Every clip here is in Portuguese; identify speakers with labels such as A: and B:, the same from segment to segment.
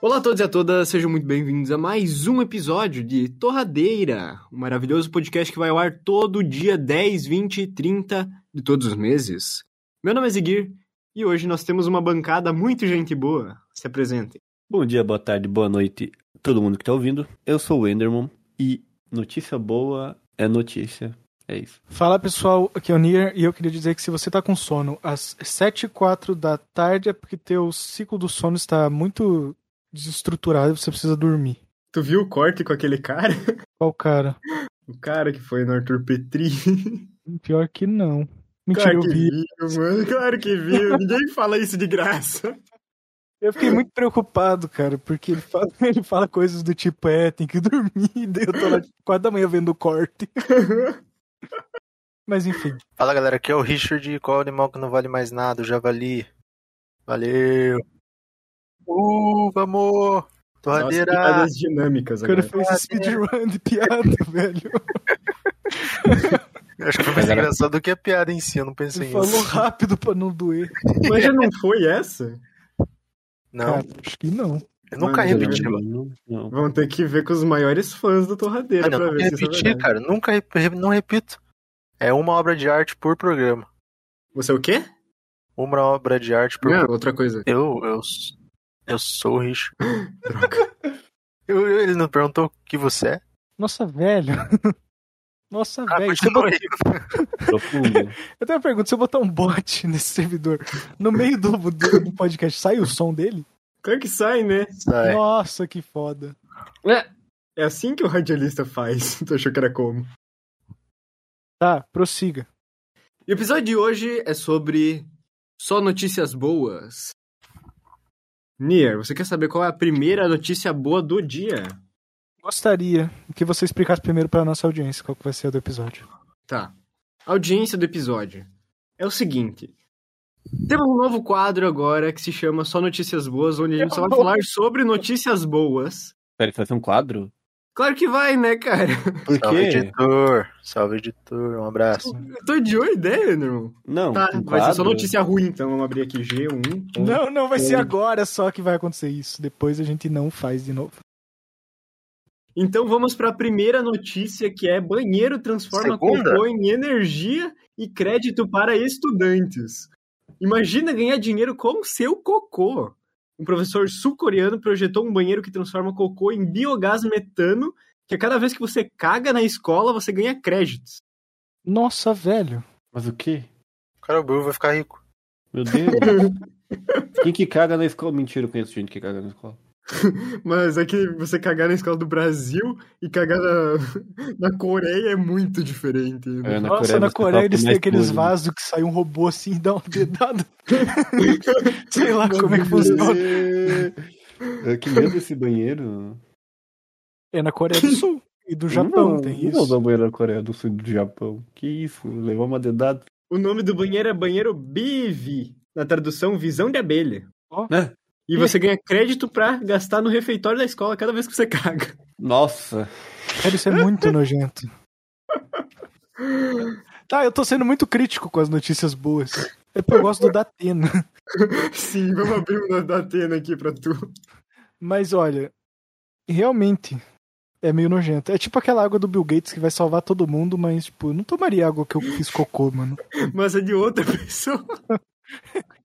A: Olá a todos e a todas, sejam muito bem-vindos a mais um episódio de Torradeira, um maravilhoso podcast que vai ao ar todo dia 10, 20 e 30 de todos os meses. Meu nome é Ziguir e hoje nós temos uma bancada muito gente boa. Se apresentem.
B: Bom dia, boa tarde, boa noite, todo mundo que tá ouvindo. Eu sou o Enderman e notícia boa é notícia. É isso.
C: Fala pessoal, aqui é o Nier e eu queria dizer que se você tá com sono às 7 e 4 da tarde é porque teu ciclo do sono está muito desestruturado e você precisa dormir.
A: Tu viu o corte com aquele cara?
C: Qual cara?
A: O cara que foi no Arthur Petri.
C: Pior que não. Mentira,
A: Claro que
C: eu vi.
A: viu, mano. Claro que viu. Ninguém fala isso de graça.
C: Eu fiquei muito preocupado, cara, porque ele fala, ele fala coisas do tipo, é, tem que dormir, daí eu tô lá tipo, quatro da manhã vendo o corte. Mas enfim,
D: Fala galera, aqui é o Richard. e Qual é o animal que não vale mais nada? O javali. Valeu. Uh, vamos!
A: Nossa,
D: Torradeira!
A: piadas dinâmicas
C: o cara
A: agora.
C: fez speedrun de piada, velho.
D: Acho que foi mais
B: Galera.
D: engraçado do que a piada em si, eu não pensei
C: Ele
D: nisso.
C: falou rápido pra não doer.
A: Mas já não foi essa?
D: Não,
C: Cara, acho que não.
D: eu nunca
A: Mano,
D: repeti.
B: Não, não, não.
A: Vão ter que ver com os maiores fãs do Torradeira
D: Ah, não,
A: pra
D: nunca
A: ver se isso é
D: repeti,
A: verdade.
D: cara. Nunca rep- rep- não repito. É uma obra de arte por programa.
A: Você é o quê?
D: Uma obra de arte por
A: Não, outra coisa.
D: Eu, eu, s- eu sou o Richard.
A: Droga.
D: Eu- eu- ele não perguntou o que você é.
C: Nossa, velho. Nossa,
D: Ah,
C: velho. Se eu,
D: continua
C: botar-
D: aí.
B: Profundo.
C: eu tenho uma pergunta: se eu botar um bot nesse servidor no meio do, do, do podcast, sai o som dele?
A: Claro que sai, né?
B: É.
D: Sai.
C: Nossa, que foda.
A: É assim que o radialista faz. Tu achou que era como?
C: Tá, prossiga.
A: E o episódio de hoje é sobre só notícias boas. Nier, você quer saber qual é a primeira notícia boa do dia?
C: Gostaria que você explicasse primeiro pra nossa audiência qual que vai ser a do episódio.
A: Tá. Audiência do episódio. É o seguinte. Temos um novo quadro agora que se chama Só Notícias Boas, onde a gente só vai falar sobre notícias boas.
B: Pera, isso vai ser um quadro?
A: Claro que vai, né, cara?
B: Por
D: Salve,
B: quê?
D: editor. Salve, editor. Um abraço.
A: Eu tô de olho ideia, meu irmão.
B: Não,
A: Tá,
B: um
A: vai ser só
B: quadro?
A: notícia ruim, então vamos abrir aqui G1.
B: Hum.
C: Não, não, vai ser
A: Oi.
C: agora só que vai acontecer isso. Depois a gente não faz de novo.
A: Então vamos para a primeira notícia que é banheiro transforma
D: Segunda?
A: cocô em energia e crédito para estudantes. Imagina ganhar dinheiro com seu cocô. Um professor sul-coreano projetou um banheiro que transforma cocô em biogás metano, que a cada vez que você caga na escola, você ganha créditos.
C: Nossa, velho.
B: Mas o quê?
D: Cara, o Bruno vai ficar rico.
B: Meu Deus. Quem que caga na escola? Mentira, eu conheço gente que caga na escola.
A: Mas é que você cagar na escola do Brasil e cagar na, na Coreia é muito diferente. né?
B: É, na
C: Nossa, na
B: você toca
C: Coreia eles têm
B: mais
C: aqueles
B: coisa.
C: vasos que sai um robô assim e dá uma dedada. Sei lá como é que funciona.
B: É, Que medo esse banheiro.
C: É na Coreia do Sul e do Japão,
B: não,
C: tem
B: Hum, não
C: isso.
B: usar banheiro da Coreia do Sul e do Japão. Que isso? Levar uma dedada.
A: O nome do banheiro é banheiro BIV, na tradução visão de abelha.
C: Ó.
B: É.
A: E você ganha crédito pra gastar no refeitório da escola cada vez que você caga.
B: Nossa.
C: Cara, isso é muito nojento. Tá, eu tô sendo muito crítico com as notícias boas. É porque eu gosto do Datena.
A: Sim, vamos abrir o da- da Atena aqui pra tu.
C: Mas olha, realmente é meio nojento. É tipo aquela água do Bill Gates que vai salvar todo mundo, mas, tipo, eu não tomaria água que eu fiz cocô, mano.
A: Mas é de outra pessoa.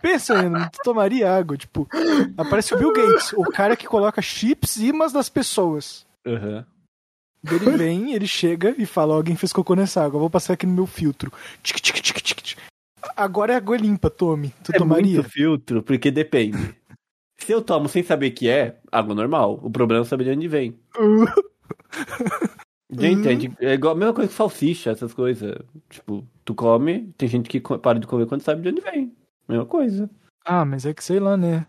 C: Pensa ainda, tu tomaria água, tipo, aparece o Bill Gates, o cara que coloca chips e imãs nas pessoas.
B: Aham.
C: Ele vem, ele chega e fala: "Ó, alguém fez cocô nessa água, eu vou passar aqui no meu filtro. Tic, tic, tic, tic, tic. Agora é água limpa, tome. Tu
B: É
C: tomaria?
B: muito filtro, porque depende. Se eu tomo sem saber que é, água normal. O problema é saber de onde vem. Gente, é, de- é igual a mesma coisa que salsicha, essas coisas. Tipo, tu come, tem gente que co- para de comer quando sabe de onde vem. Mesma coisa.
C: Ah, mas é que sei lá, né?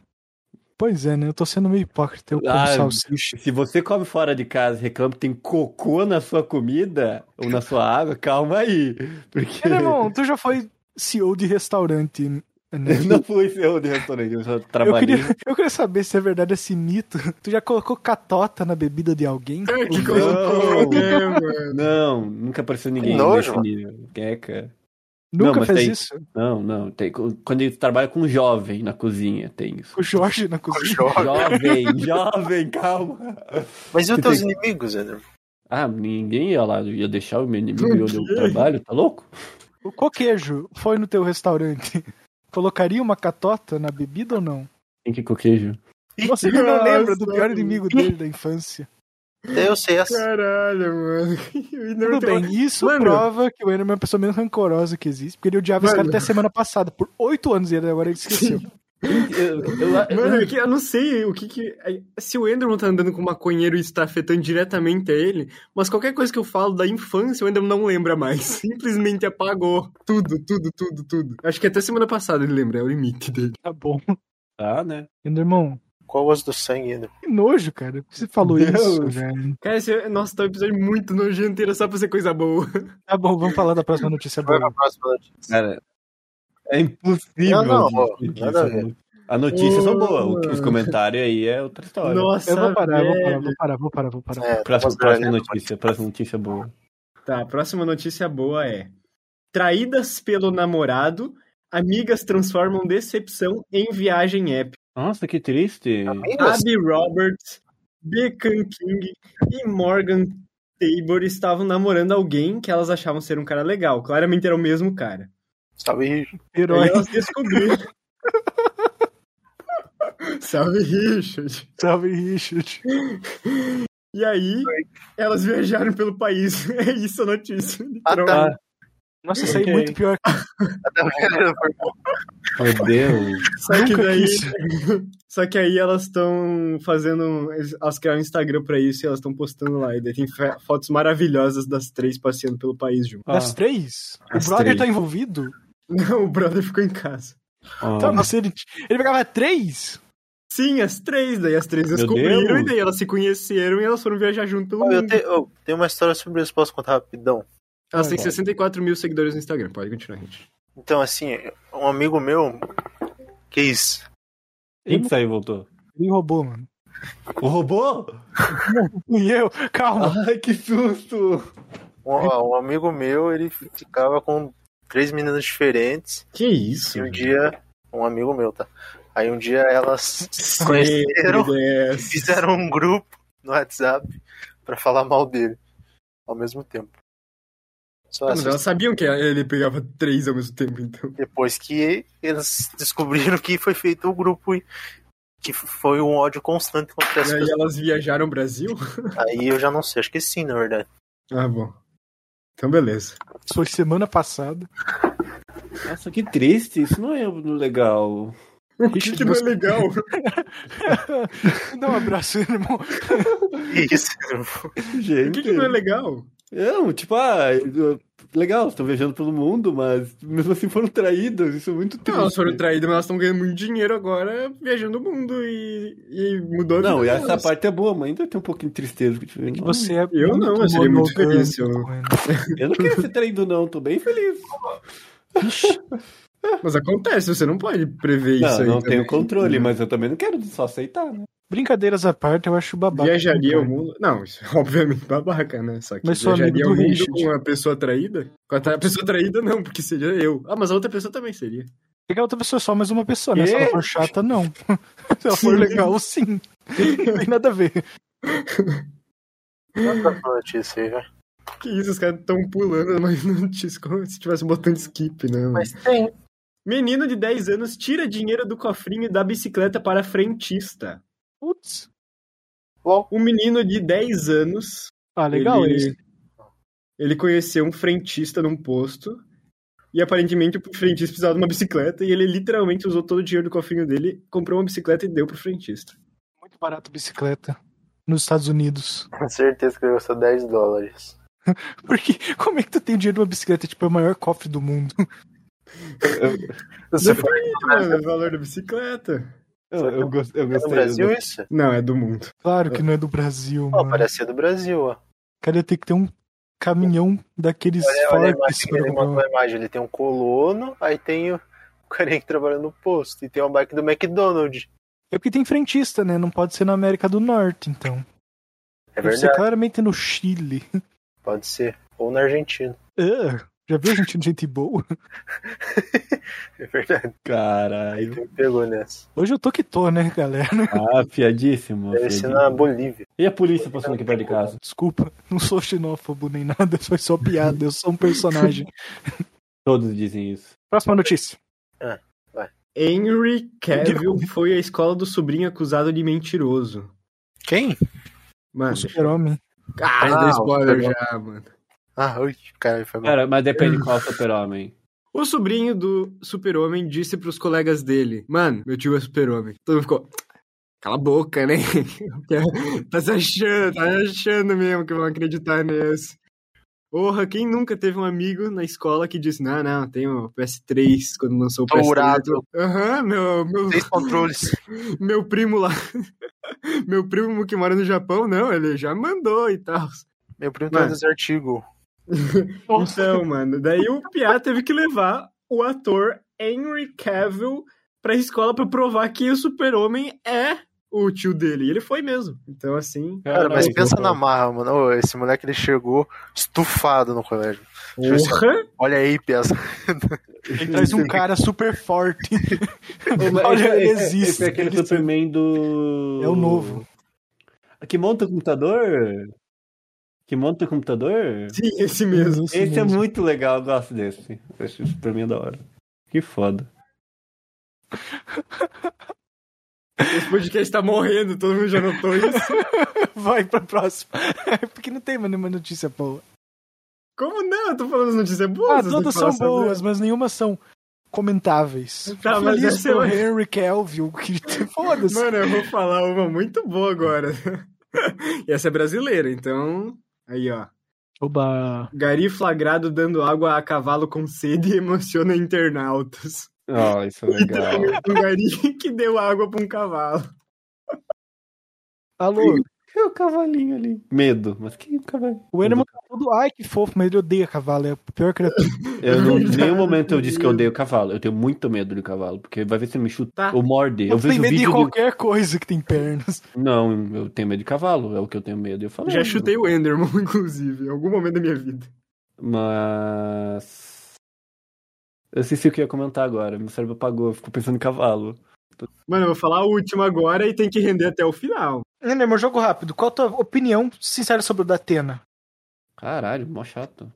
C: Pois é, né? Eu tô sendo meio hipócrita. Eu como
B: Ah,
C: salsicha.
B: Se você come fora de casa e reclama que tem cocô na sua comida ou na sua água, calma aí. Porque.
C: Alemão, tu já foi CEO de restaurante, né?
B: Eu não fui seu de restaurante, eu só
C: Eu
B: trabalhei.
C: queria, eu queria saber se é verdade esse mito. Tu já colocou catota na bebida de alguém?
A: É, que
B: Não.
A: colocou, né, mano?
B: Não, nunca apareceu ninguém
D: Que nojo,
B: nesse nível. Queca.
C: Nunca
B: mas
C: fez
B: tem-
C: isso?
B: Não, não. Tem, quando ele trabalha com jovem na cozinha, tem isso.
C: O Jorge na cozinha.
D: Joga.
B: Jovem, jovem, calma.
D: Mas e os teus inimigos, Ender?
B: Ah, ninguém ia lá, ia deixar o meu inimigo e olhar o trabalho, tá louco?
C: O coquejo foi no teu restaurante. Colocaria uma catota na bebida ou não?
B: Tem que é coquejo.
C: Nossa, ele não lembra do
A: Nossa,
C: pior inimigo dele da infância.
D: Eu sei essa.
A: Caralho, mano. E não
C: Tudo
A: tem
C: bem, isso
A: Mano.
C: prova que o Enderman é a pessoa menos rancorosa que existe, porque ele odiava esse cara
A: Mano.
C: até semana passada, por oito anos, e ele agora ele esqueceu.
B: Eu, eu-
A: Mano, é que eu não sei o que que. Se o Enderman tá andando com um maconheiro e está afetando diretamente a ele, mas qualquer coisa que eu falo da infância, o Enderman não lembra mais. Simplesmente apagou tudo, tudo, tudo, tudo. Acho que até semana passada ele lembra, é o limite dele.
C: Tá bom.
B: tá, né?
C: Enderman,
D: Qual was do sangue, Ender?
C: que nojo, cara. Por que você falou
B: Deus.
C: isso, velho?
A: Cara, esse, nossa, tá um episódio muito nojento, era só pra ser coisa boa.
C: Tá bom, vamos falar da próxima notícia
D: Vai pra
C: boa.
D: próxima notícia.
B: Cara, é impossível.
D: Não, não,
B: gente,
D: ó,
B: que
D: nada a
B: isso-
D: ver.
B: A notícia é só boa, o-
A: Mano.
B: os comentários aí é outra história.
A: Nossa,
C: Eu vou parar, eu vou
A: velho.
C: parar, vou parar, vou parar, vou parar.
D: É,
B: Próxima,
D: tá
B: próxima
D: bom.
B: notícia, próxima notícia boa.
A: Tá, a próxima notícia boa é: Traídas pelo namorado, amigas transformam decepção em viagem épica.
B: Nossa, que triste.
D: Tá Amigas?
A: Abby Roberts, Beckham King e Morgan Tabor estavam namorando alguém que elas achavam ser um cara legal. Claramente era o mesmo cara.
D: Salve,
A: E
C: Herói.
A: elas descobriram. Salve, Richard.
C: Salve, Richard.
A: E aí, elas viajaram pelo país. É isso a notícia. Então,
D: Ah, tá.
A: literalmente.
C: Nossa, isso aí é
B: Ok.
C: muito pior que
B: Meu Deus.
A: Só que
C: nunca
A: daí,
C: quis.
A: só que aí elas estão fazendo. Elas criaram um Instagram pra isso e elas estão postando lá. E daí tem fe- fotos maravilhosas das três passeando pelo país junto.
B: Ah,
C: Das três?
B: As
C: o brother
B: três.
C: tá envolvido?
A: Não, o brother ficou em casa.
B: ah.
C: Tá, mas ele, ele pegava três?
A: Sim, as três. Daí as três
B: Meu
A: descobriram
B: Deus.
A: e daí elas se conheceram e elas foram viajar junto pelo
D: Ó, eu
A: mundo.
D: te- ó, tem uma história sobre isso, posso contar rapidão?
A: Elas têm
B: Ah,
A: 64 mil seguidores no Instagram. Pode continuar, gente.
D: Então, assim, um amigo meu quis.
B: Quem que saiu e voltou?
C: Ele roubou, mano.
B: O robô?
C: E eu?
D: Ah.
C: Calma.
B: Ai, que susto!
D: Um, ó, um amigo meu, ele ficava com três meninas diferentes.
A: Que isso?
D: E um dia, um amigo meu, tá? Aí um dia elas se conheceram e fizeram um grupo no WhatsApp pra falar mal dele ao mesmo tempo. Só
A: É,
D: assim,
A: Mas
D: essa
A: elas sabiam que ele pegava três ao mesmo tempo, então.
D: depois que eles descobriram que foi feito o grupo e que foi um ódio constante contra as
A: E aí
D: pessoas.
A: elas viajaram ao Brasil?
D: Aí eu já não sei, acho que sim, na verdade.
A: Ah, bom. Então, beleza.
C: Isso Foi semana passada.
B: Nossa, que triste, isso não é legal.
A: O que, que não é legal?
C: Dá um abraço, irmão.
D: Isso.
A: O
B: Gente.
A: que, que não é legal?
B: Não, tipo, ah, eu- legal, estão viajando pelo mundo, mas mesmo assim foram traídos, isso é muito triste.
A: Não, elas foram traídas, mas elas estão ganhando muito dinheiro agora viajando o mundo e, e mudou a
B: Não, e
A: vida
B: essa
A: delas.
B: parte é boa, mas ainda tem um pouquinho de tristeza. Que tipo,
C: Que
B: nossa,
C: você é
A: Eu não, eu seria muito feliz se eu-
C: monogâmico,
B: Eu não quero ser traído, não, tô bem feliz.
A: Mas acontece, você não pode prever
B: não,
A: isso aí.
B: não tenho
A: também.
B: controle,
D: Uhum.
B: mas eu também não quero só aceitar, né?
C: Brincadeiras à parte, eu acho babaca.
A: Viajaria ao
C: Concordo.
A: mundo. Não, isso é obviamente babaca, né? Só que
C: Mas sou
A: viajaria
C: amigo
A: ao
C: do
A: mundo
C: Richard.
A: com a pessoa traída? Com a, tra- a pessoa traída, não, porque seria eu. Ah, mas a outra pessoa também seria.
C: Pegar outra pessoa é só mais uma pessoa, né? Se
B: Quê?
C: ela for chata, não. Se ela for
A: Sim.
C: legal, sim. Não tem nada a ver.
D: Outra notícia aí, né? velho.
A: Que isso, os caras estão pulando, mas não te como se tivesse botando skip, né? mano?
D: Mas tem.
A: Menino de 10 anos tira dinheiro do cofrinho da bicicleta para frentista.
C: Putz.
A: Um menino de 10 anos
C: Ah, legal
A: ele,
C: isso.
A: ele conheceu um frentista num posto. E aparentemente o frentista precisava de uma bicicleta e ele literalmente usou todo o dinheiro do cofrinho dele, comprou uma bicicleta e deu pro frentista.
C: Muito barato bicicleta. Nos Estados Unidos.
D: Com certeza que ele gastou 10 dólares.
C: Porque como é que tu tem o dinheiro de uma bicicleta? Tipo, é o maior cofre do mundo.
D: Você
A: Não
D: foi
A: Ih, mano, o valor da bicicleta.
B: Eu, eu, gost- eu
D: É do
B: gostei.
D: Brasil
B: eu
D: isso?
A: Não, é do mundo.
C: Claro que não é do Brasil,
D: Ó,
A: Uhum.
C: mano.
D: parecia do Brasil, ó.
C: Cara, ia ter que ter um caminhão daqueles
D: Olha, olha a
C: fortes
D: imagem,
C: pra
D: ele mandou
C: comprar.
D: a imagem. Ele tem um colono, aí tem o carinha que trabalha no posto. E tem uma bike do McDonald's.
C: É porque tem frentista, né? Não pode ser na América do Norte, então.
D: É
C: Deve ser
D: verdade,
C: claramente no Chile.
D: pode ser. Ou na Argentina.
C: Ah, Já viu gente, gente boa?
D: É verdade.
B: Caralho.
D: Me pegou nessa.
C: Hoje eu tô que tô, né, galera?
B: Ah, fiadíssimo.
D: Deve ser na Bolívia.
B: E a polícia passando aqui perto de casa?
C: Desculpa, não sou xenófobo nem nada, foi só piada, eu sou um personagem.
B: Todos dizem isso.
C: Próxima notícia.
A: Henry Cavill foi à escola do sobrinho acusado de mentiroso.
D: Quem?
A: Mano,
C: O super-homem.
A: ah,
D: Ah,
A: deu
D: o
A: spoiler
D: super-
A: já, mano.
D: Ah, ui, cara, foi mal.
B: Cara, mas depende de qual super-homem.
A: O sobrinho do super-homem disse pros colegas dele, mano, meu tio é super-homem. Todo mundo ficou, cala a boca, né? tá se achando, tá achando mesmo que vão acreditar nisso. Porra, quem nunca teve um amigo na escola que disse, não, não, tem o PS3, quando lançou o PS3.
D: Dourado.
A: eu tô- Aham, meu, meu,
D: Seis controles.
A: meu primo lá, meu primo que mora no Japão, não, ele já mandou e tal.
D: Meu primo
A: Mano.
D: tem esse é artigo.
A: Então, mano, daí o Piá teve que levar o ator Henry Cavill pra escola pra provar que o super-homem é o tio dele. E ele foi mesmo. Então, assim...
D: Cara, mas
B: Caralho,
D: pensa
B: que
D: na
B: horror.
D: marra, mano. Ô, esse moleque ele chegou estufado no colégio. Deixa eu ver se-
A: Porra!
D: Olha aí, Piazza.
C: Ele traz um cara super forte.
B: Esse-
C: Olha, ele
B: esse-
C: existe.
B: Esse é aquele
C: Ele
B: Superman do.
C: É o novo.
B: Que monta o computador? Que monta o computador?
A: Sim, esse mesmo.
C: Esse
B: Esse é
C: mesmo.
B: muito legal, eu gosto desse. Esse Superman é da hora. Que foda.
A: Esse podcast tá morrendo, todo mundo já notou isso.
C: Vai pra próxima. É Porque não tem mais nenhuma notícia boa.
A: Como não? Eu tô falando as notícias
C: Ah,
A: boas. eu tô
C: todas são
A: falando sobre-
C: boas, mas nenhuma são comentáveis.
A: Tá,
C: Feliz
A: mas essa
C: pelo
A: é-
C: Henry Cavill, que foda-se.
A: Mano, eu vou falar uma muito boa agora. E essa é brasileira, então... Aí, ó.
C: Oba.
A: Gari flagrado dando água a cavalo com sede e emociona internautas.
B: Ah, isso é legal.
A: um gari que deu água pra um cavalo.
C: Alô,
B: É o cavalinho ali. Medo, mas que cavalinho?
C: o Enderman tá todo. Ai, que fofo, mas ele odeia cavalo. É a pior criatura.
B: Eu não, em
A: Verdade,
B: nenhum momento eu disse que eu
A: medo.
B: odeio cavalo. Eu tenho muito medo de cavalo, porque vai ver se ele me chuta
A: Tá.
B: ou morde. Eu,
C: Eu
B: vejo
C: tenho medo
B: vídeo
C: de
B: do-
C: qualquer coisa que tem pernas.
B: Não, eu tenho medo de cavalo, é o que eu tenho medo. Eu falo.
A: Já chutei o Enderman, inclusive, em algum momento da minha vida.
B: Mas. Eu sei se eu queria comentar agora. Meu cérebro apagou, eu fico pensando em cavalo.
A: Mano, eu vou falar a última agora e tem que render até o final.
C: Enderman, jogo rápido. Qual a tua opinião sincera sobre o da Atena?
B: Caralho, mó chato.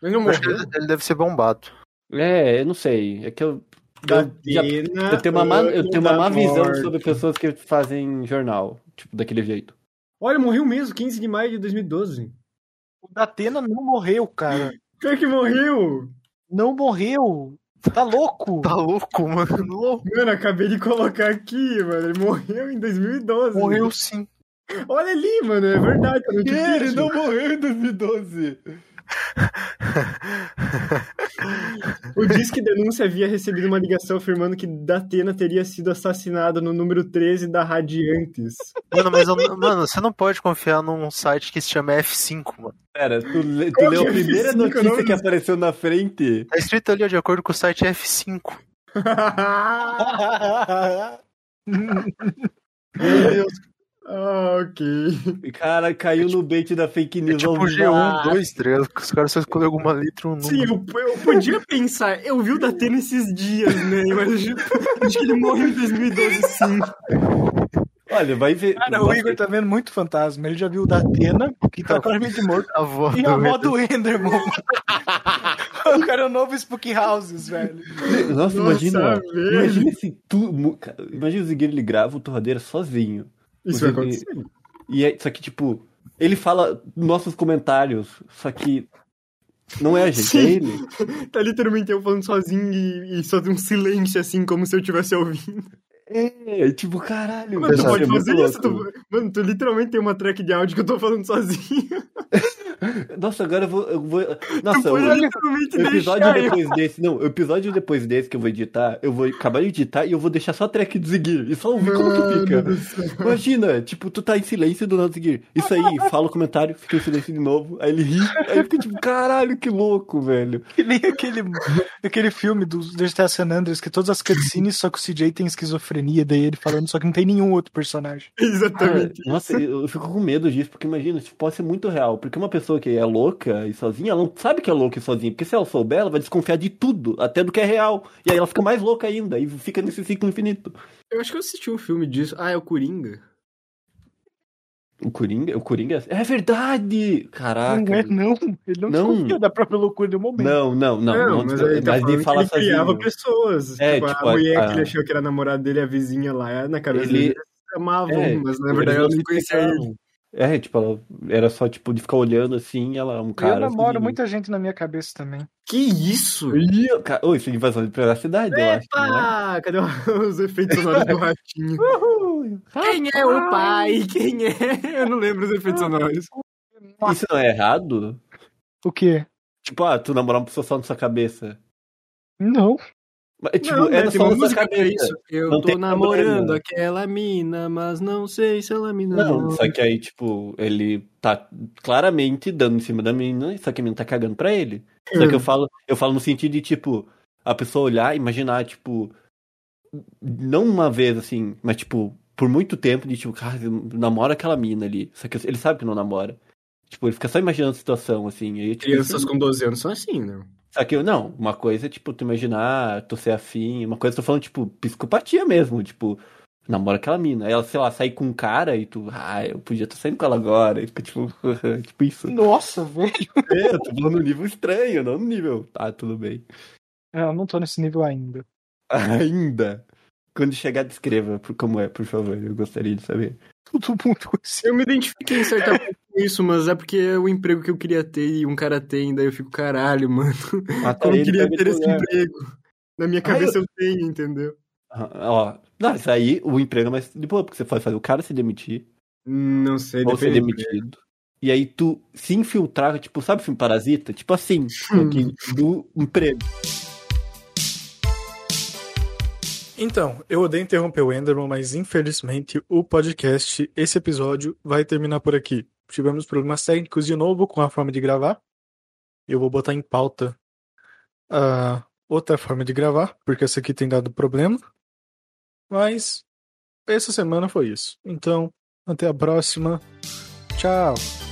A: Ele não
D: Eu acho que
A: morreu.
D: ele ele deve ser bombado.
B: É, eu não sei. É que eu. eu já-
A: Atena,
B: eu tenho uma má, eu
A: ano
B: tenho uma
A: da
B: má visão
A: morte.
B: sobre pessoas que fazem jornal, tipo, daquele jeito.
A: Olha, morreu mesmo, 15 de maio de 2012.
C: O da Atena não morreu, cara.
A: Pior é que morreu!
C: Não morreu. Tá louco?
D: Tá louco, mano?
A: Mano, acabei de colocar aqui, mano. Ele morreu em 2012.
D: Morreu sim.
A: Olha ali, mano, é verdade. tá no Wikipedia.
B: morreu em 2012.
A: O Disque Denúncia havia recebido uma ligação afirmando que Datena teria sido assassinada no número 13 da Radiantes.
D: Mano, mas eu- mano, você não pode confiar num site que se chama F5, mano.
B: Pera, tu, le- tu
A: Qual
B: leu
A: que é
B: a primeira
A: esse cinco
B: notícia
A: nomes?
B: que apareceu na frente?
D: Tá escrito ali ó, de acordo com o site F5.
A: ah,
D: Meu Deus,
A: ok.
B: Cara, caiu no bait da fake
D: é
B: news.
D: tipo
B: ao
D: G1, dois estrelas, que os caras só escolhem alguma letra ou um
A: Sim,
D: número.
A: eu, eu podia pensar. Eu vi o Datena esses dias, né? Mas acho, acho que ele morreu em 2012, sim.
B: Olha, vai ver.
C: Cara, o Igor tá vendo muito fantasma. Ele já viu o da Atena, que tá
D: Não.
C: claramente morto.
D: A avó
C: E a avó
D: do...
C: do Enderman. o cara é o novo Spooky Houses, velho.
B: Nossa, imagina.
A: velho.
B: Imagina se tu. mu- cara, Imagina o Zigueiro ele grava o torradeira sozinho.
A: Isso vai acontecer.
B: E é, só que, tipo, ele fala nossos comentários, só que. Não é a gente, é
A: Sim.
B: ele.
A: Tá literalmente eu falando sozinho e, e só tem um silêncio, assim, como se eu tivesse ouvindo.
B: É, tipo, caralho.
A: Mano, tu
B: velho,
A: pode
B: é muito
A: fazer isso?
B: louco.
A: Tu, mano, tu literalmente tem uma track de áudio que eu tô falando sozinho.
B: Nossa, agora eu vou. Eu vou... Nossa,
A: tu
B: o
A: pode literalmente
B: episódio
A: deixar eu.
B: depois desse. Não, o episódio depois desse que eu vou editar, eu vou acabar de editar e eu vou deixar só a track do Zigueiro. E só ouvir como que fica.
A: Mano do céu.
B: Imagina, tipo, tu tá em silêncio do nada seguir. Isso aí, fala o comentário, fica em silêncio de novo. Aí ele ri, aí fica tipo, caralho, que louco, velho.
C: Que nem aquele, aquele filme do GTA San Andreas, que todas as cutscenes, só que o CJ tem esquizofrenia, daí ele falando, só que não tem nenhum outro personagem.
A: Exatamente.
B: Ah, Nossa, eu eu fico com medo disso, porque imagina, isso pode ser muito real. Porque uma pessoa que é louca e sozinha, ela não sabe que é louca e sozinha, porque se ela souber, ela vai desconfiar de tudo, até do que é real. E aí ela fica mais louca ainda e fica nesse ciclo infinito.
A: Eu acho que eu assisti um filme disso. Ah, é o Coringa.
B: O Coringa, o Coringa é verdade. Caraca.
C: Não é, não. Ele não,
B: Não.
C: desconfia da própria loucura do momento.
A: é,
B: Não, não, não. não,
A: mas aí tá
B: mas
A: falando
B: de
A: que
B: falar
A: ele criava
B: sozinho.
A: pessoas.
B: É,
A: tipo,
B: tipo,
A: a mulher
B: a-
A: que ele achou que era a namorada dele, a vizinha lá, é, na cabeça
B: Ele-
A: dele, eles se amavam,
B: É,
A: mas na
B: eles
A: verdade ela não
B: não se
A: conhecia ele.
B: explicavam. É, tipo, ela era só tipo de ficar olhando assim, ela é um cara.
C: eu namoro
B: assim,
C: muita gente na minha cabeça também.
A: Que isso?
B: Ih, ca- Ô, isso é invasão de privacidade, eu acho. Né?
A: Epa! Cadê os efeitos sonoros do ratinho?
B: Uhul.
A: Quem é o pai? Quem é? Eu não lembro os efeitos sonoros.
B: Isso não é errado?
C: O quê?
B: Tipo, ah, tu namorar uma pessoa só na sua cabeça.
C: Não.
B: Mas, é, tipo,
A: não,
B: era
A: né? Tem
B: só
A: uma
B: na sua
A: música pra
B: cabeça.
A: isso. Eu
B: Não
A: tô
B: tem
A: namorando
B: problema.
A: aquela mina, mas não sei se ela é me
B: Não,
A: namora.
B: só que aí, tipo, ele tá claramente dando em cima da menina, só que a menina tá cagando pra ele. Só que eu falo, eu falo no sentido de, tipo, a pessoa olhar, imaginar, tipo, não uma vez assim, mas tipo, por muito tempo, de tipo, cara, eu namoro aquela mina ali. Só que ele sabe que não namora. Tipo, ele fica só imaginando a situação, assim. Aí, tipo,
A: Crianças
B: assim,
A: com 12 anos são assim, né?
B: Só que eu, não, uma coisa é, tipo, tu imaginar, tu ser afim, uma coisa eu tô falando, tipo, psicopatia mesmo, tipo, namora aquela mina. Aí ela, sei lá, sai com um cara e tu, ah, eu podia estar saindo com ela agora. E fica tipo, tipo isso.
C: Nossa, velho.
B: É, eu tô falando um nível estranho, não no nível. Tá, tudo bem.
C: Eu Ah, não tô nesse nível ainda.
B: Ainda. Quando chegar, descreva por como é, por favor. Eu gostaria de saber.
C: Todo mundo com esse.
A: Eu me identifiquei em certa forma com isso, mas é porque é o emprego que eu queria ter e um cara tem, daí eu fico, caralho, mano.
B: Mata
A: Como eu
B: Ah, ele,
A: queria
B: tá é. pega
A: ter
B: teu
A: esse
B: lugar.
A: emprego. Na minha cabeça eu... tenho, entendeu?
B: Ah, Ó, não, isso aí, o emprego é mais de boa, porque você pode fazer o cara se demitir,
A: Não sei,
B: ou ser
A: depende.
B: demitido. E aí tu se infiltrar, tipo, sabe o filme Parasita? Tipo assim, só que do emprego.
C: Então, eu odeio interromper o Enderman, mas infelizmente o podcast, esse episódio, vai terminar por aqui. Tivemos problemas técnicos de novo com a forma de gravar. Eu vou botar em pauta a outra forma de gravar, porque essa aqui tem dado problema. Mas essa semana foi isso. Então, até a próxima. Tchau.